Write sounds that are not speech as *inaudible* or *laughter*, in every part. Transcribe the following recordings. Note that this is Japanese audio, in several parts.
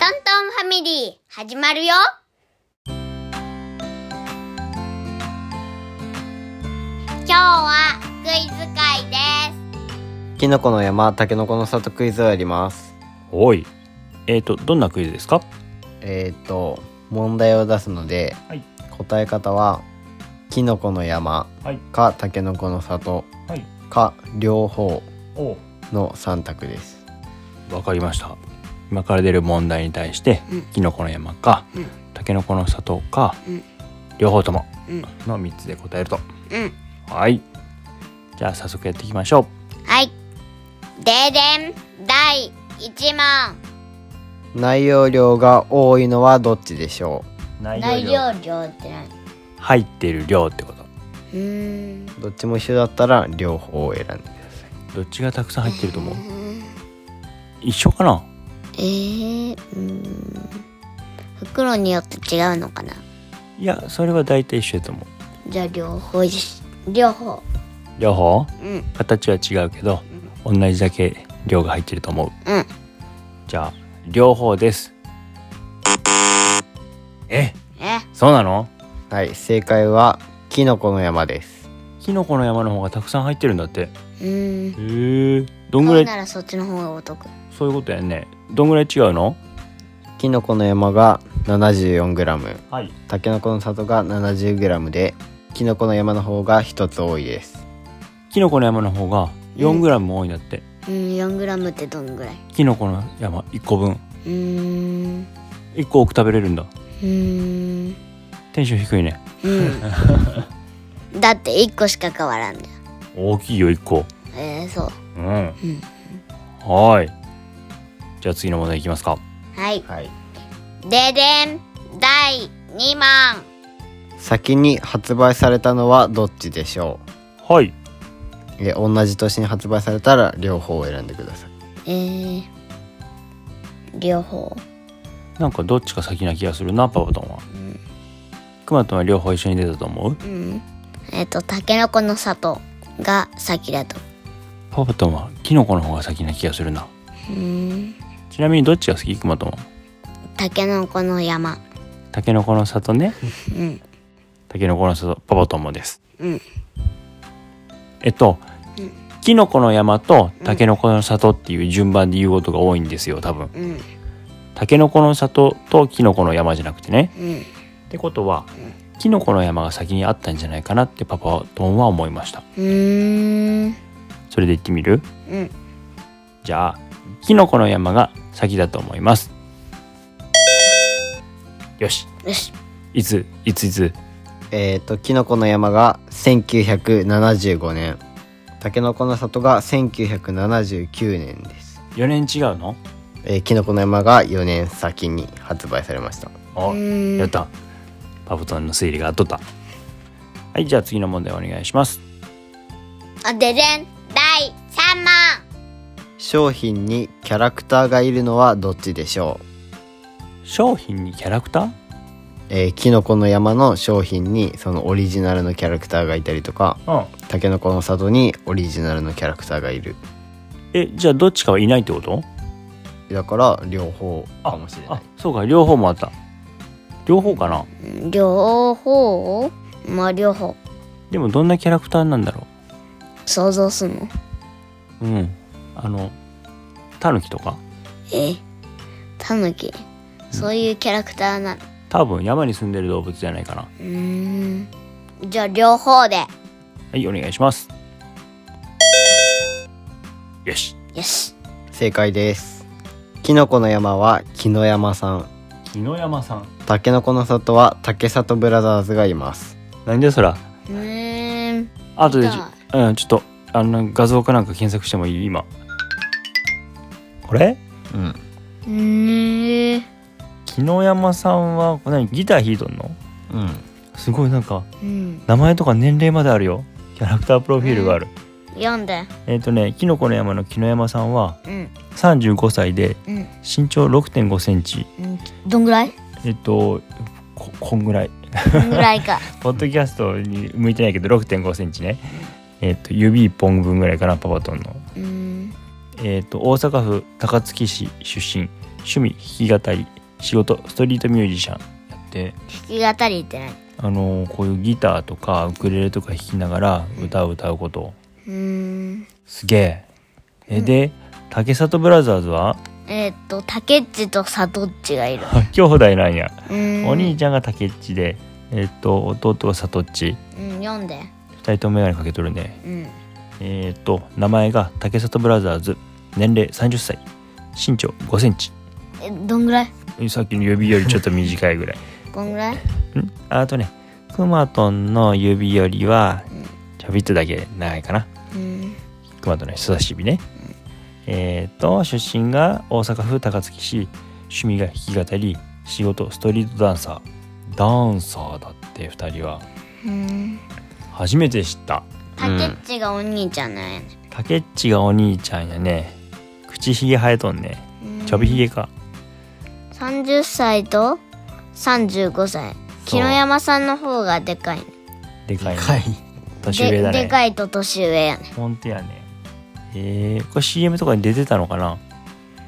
ァミリー、始まるよ今日はクイズ会でキノコの山、タケノコの里クイズをやります。おい。えっ、と、どんなクイズですかえっ、と、問題を出すので、はい答え方は、キノコの山はい。かタケノコの里はい。か両方おの3択です。わかりました。今から出る問題に対して、キノコの山か、タケノコの里か、両方ともの3つで答えると。す。うん。はい。じゃあ早速やっていきましょはい。ででん、第1問。内容量が多いのはどっちでしょう。内内容量って何入ってる量ってこと。うーん。うどっちも一緒だったら両方を選んでください。どっちがたくさん入ってると思う一緒かなえー、うーん。袋によって違うのかないや、それは大体一緒だと思う。じゃあ両方です。両方。両方うん。形は違うけど、同じだけ量が入ってると思う。うん。じゃあ両方です。え、えそうなの？はい、正解はキノコの山です。キノコの山の方がたくさん入ってるんだって。うーん。へえ。どそんぐらういならそっちの方がお得。そういうことやね。どんぐらい違うの？キノコの山が 74g、はい。タケノコの里が 70g で、キノコの山の方が1つ多いです。キノコの山の方が4グラム多いんだって。うん、4グラムってどんぐらいキノコの山1個分。うーん。 1個多く食べれるんだ。うーん。テンション低いね。うん。だって1個しか変わらんじ大きいよ1個。ゃん。えー、そう。うん。はーい。じゃあ次の問題いきますか。はい。はい。ででん。第2問。先に発売されたのはどっちでしょはい。うえ同じ年に発売されたら両方を選んでくださいえー、両方。なんかどっちか先な気がするなパパとンは。クマとンは両方一緒に出たと思う？うん。えっ、と、たけのこの里が先だと。パパとンはキノコの方が先な気がするな。うーん。ちなみにどっちが好きクマとンは。たけのこの山。タケノコの里ね。うん。タケノコの里パパとンもです。うん。えっと、キノコの山とタケノコの里っていう順番で言うことが多いんですよ多分。うん。タケノコの里とキノコの山じゃなくてね。うん。ってことは。キノコの山が先にあったんじゃないかなってパパとンは思いました。うーん。それで言ってみるうん。じゃあキノコの山が先だと思いますよしよし。いついついつえっ、とキノコの山が1975年タケノコの里が1979年です、 4年違うのえー、キノコの山が4年先に発売されましたおうんやったパプトンの推理が当たったはいじゃあ次の問題お願いしますあ、ででん。第3問。商品にキャラクターがいるのはどっちでしょ商品にキャラクターう、えー、キノコの山の商品にそのオリジナルのキャラクターがいたりとかうんタケノコの里にオリジナルのキャラクターがいるえじゃあどっちかはいないってことだから両方かもしれないあそうか両方もあった両方かな両方まあ両方でもどんなキャラクターなんだろ想像すんのううんあのタヌキとかえタヌキそういうキャラクターなの多分山に住んでる動物じゃないかなうーんじゃあ両方ではい、お願いします。よし。よし正解ですキノコの山は木の山さん木の山さん。タケノコの里は竹里ブラザーズがいますなんでそら。うーんあとでじ、うん、ちょっと、あの、画像かなんか検索してもいい今。これうんうーん木の山さんは、これ何ギター弾いとんのうんすごいなんか、うん名前とか年齢まであるよ。キャラクタープロフィールがある。読んでえっ、とね、キノコの山の木の山さんは、うん35歳で、うん身長6.5センチ。うんどんぐらいえっ、と、こ、こんぐらい。どんぐらい *laughs* かポッドキャストに向いてないけど6 5センチね。えっ、と指一本分ぐらいかなパパトンの。うーんえっ、と大阪府高槻市出身趣味弾き語り仕事ストリートミュージシャンやって弾き語りってないあのこういうギターとかウクレレとか弾きながら歌を歌うことうーんすげええで竹里ブラザーズはえーっと竹っちとさとっちがいる兄弟なんやうーんお兄ちゃんが竹っちでえっと弟が里っちうん読んで二人とも眼鏡かけとるねうんえっと名前が竹里ブラザーズ年齢30歳身長5センチえどんぐらいさっきの指よりちょっと短いぐらいこんぐらいんあとねくまとんの指よりはちょびっとだけ長いかなうんくまとんの人差し指ね、えっ、と出身が大阪府高槻市趣味が弾き語り仕事ストリートダンサーダンサーだって2人はうん初めて知った竹っちがお兄ちゃんなんやねたけっちがお兄ちゃんやね口ひげ生えとんねうんちょびひげか30歳と35歳そう木野山さんの方がでかいねでかいねかい年上だでねでかいと年上やねほんとやねえー、これ CM とかに出てたのかな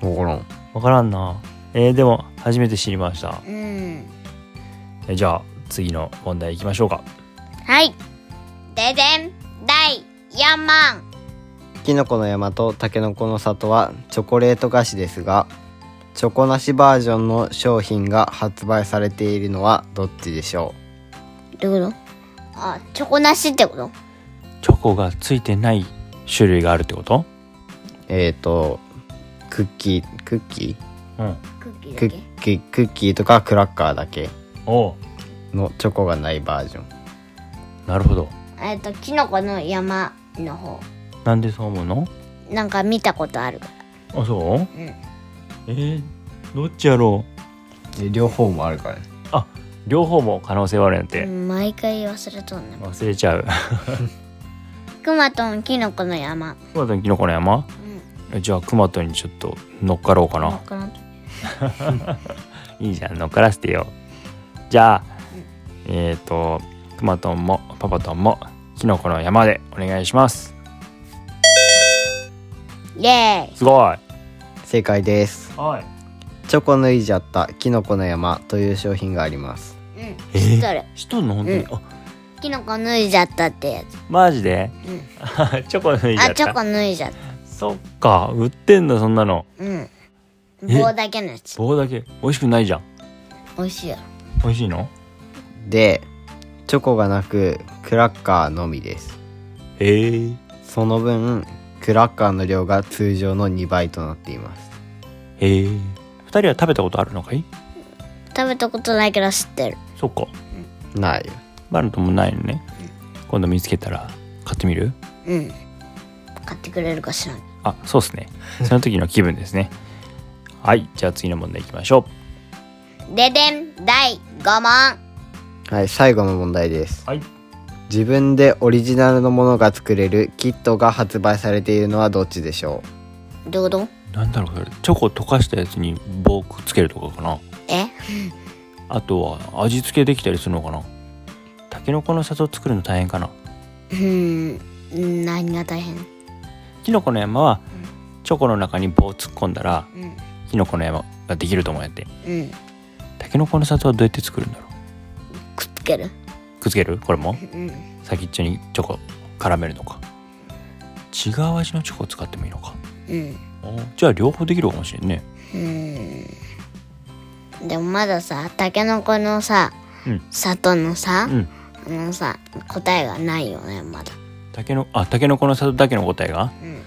分からんわからんなえー、でも初めて知りましたうんえじゃあ次の問題いきましょうかはいででん第4問きのこの山とたけのこの里はチョコレート菓子ですがチョコなしバージョンの商品が発売されているのはどっちでしょどういうことあチョコなしってことチョコがついてない種類があるってことうえっ、とクッキークッキうんクッキーークッキークッキーとかクラッカーだけおうのチョコがないバージョンなるほどえっとキノコの山の方なんでそう思うのなんか見たことあるかあそうらうんえー、どっちやろう両方もあるからね両方も可能性はあるんやって、うん毎回忘れとんね忘れちゃう *laughs* くまとんキノコの山くまとんきのこの山うんじゃあクマトにちょっと乗っかろうかわな。からんいいじゃん乗っからせてよ。じゃあ、えっ、とクマトンもパパトンもキノコの山でお願いします。イエーイすごい。正解ですはい。チョコ抜いじゃったキノコの山という商品がありますうんえ知っとるしとんの本当に。うんあキノコ脱いじゃったってやつマジで？ *laughs* チョコ脱いじゃあっチョた。コ脱いじゃったそっか売ってんだそんなの。うん棒だけのやつ棒だけ美味しくないじゃん。美味しいよ美味しいの？でチョコがなくクラッカーのみですええその分クラッカーの量が通常の2倍となっていますええ二人は食べたことあるのかい？食べたことないけど知ってるそっか。ないバルトもないのね。今度見つけたら買ってみる？うん買ってくれるかしらんあそうですねその時の気分で *laughs* すねはいじゃあ次の問題いきましょででん第5問はい最後の問題ですうはい自分でオリジナルのものが作れるキットが発売されているのはどっちでしょどういうことなんだろうこれチョコ溶かしたやつに棒くっつけるとかかなえあとは味付けできたりするのかなたけのこの里作るの大変かなうん何が大変きのこの山はチョコの中に棒突っ込んだらうんきのこの山ができると思うんやってうんたけのこの里はどうやって作るんだろうくっつけるくっつけるこれもうん先っちょにチョコ絡めるのか違う味のチョコを使ってもいいのかうんじゃあ両方できるかもしれんねうんでもまださたけのこのさ、うん里のさう、んあのさ答えがないよねまだたけのあたけのこの里だけの答えがうん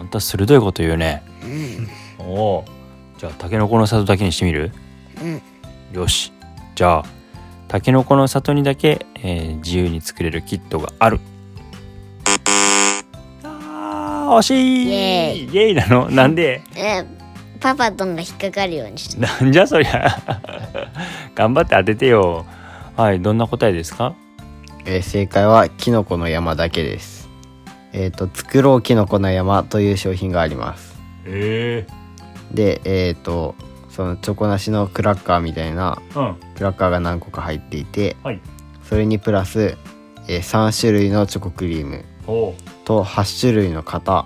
あんた鋭いこと言うねうんおおじゃあたけのこの里だけにしてみるうんよしじゃあたけのこの里にだけ、えー自由に作れるキットがあるあー惜しいイエイエイなのなんでえパパとんが引っかかるようにしてなんじゃそりゃ頑張って当ててよはいどんな答えですかう、えー正解はキノコの山だけですえっ、と作ろうキノコの山という商品がありますえでえっ、とそのチョコなしのクラッカーみたいなえうんクラッカーが何個か入っていてはいそれにプラス、えー3種類のチョコクリームおおと8種類の型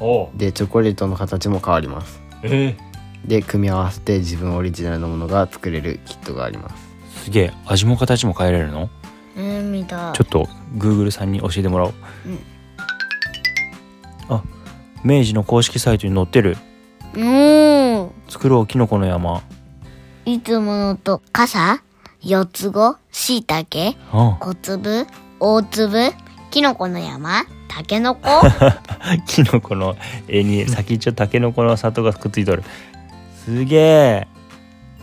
おでチョコレートの形も変わりますええで組み合わせて自分オリジナルのものが作れるキットがありますすげえ味も形も変えられるのうん見たちょっと Google さんに教えてもらおう、うんあ明治の公式サイトに載ってるうん作ろうきのこの山いつものと傘四つ子しいたけ *laughs* あ小粒大粒きのこの山たけ *laughs* のこきのこの絵に先っちょたけのこの里がくっついとるすげえ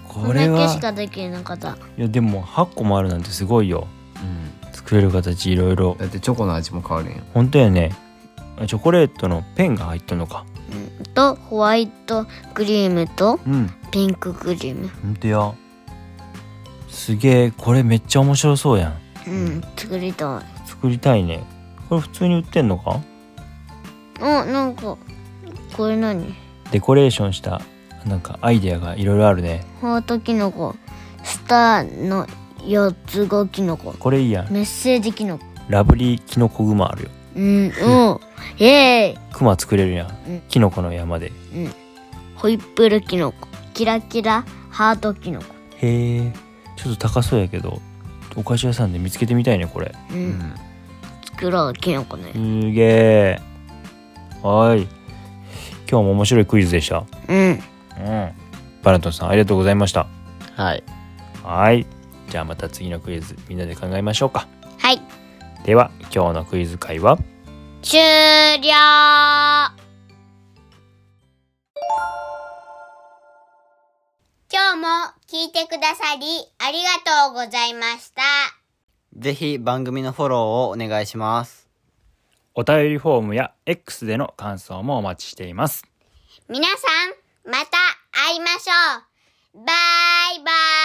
ここれれだけはしかできなかったいやでも8個もあるなんてすごいよ作れる形いろいろだってチョコの味も変わるんよ本当やねあチョコレートのペンが入ったのかとホワイトクリームとうんピンククリーム本当やすげえこれめっちゃ面白そうやんうん作りたい作りたいねこれ普通に売ってんのかあなんかこれ何デコレーションしたなんかアイデアがいろいろあるねハートキノコスターの四つ子キノコこれいいやんメッセージキノコラブリーキノコグマあるようんうんイエーイクマ作れるやうんんキノコの山でホイップルキノコキラキラハートキノコへえちょっと高そうやけどお菓子屋さんで見つけてみたいねこれううんん作ろうキノコの山すげえはーい今日も面白いクイズでしたうんうんバラトンさんありがとうございましたはいはいじゃあまた次のクイズみんなで考えましょうかはいでは今日のクイズ会は終了今日も聞いてくださりありがとうございました。ぜひ番組のフォローをお願いしますお便りフォームや X での感想もお待ちしています皆さん、また会いましょう。バイバイ。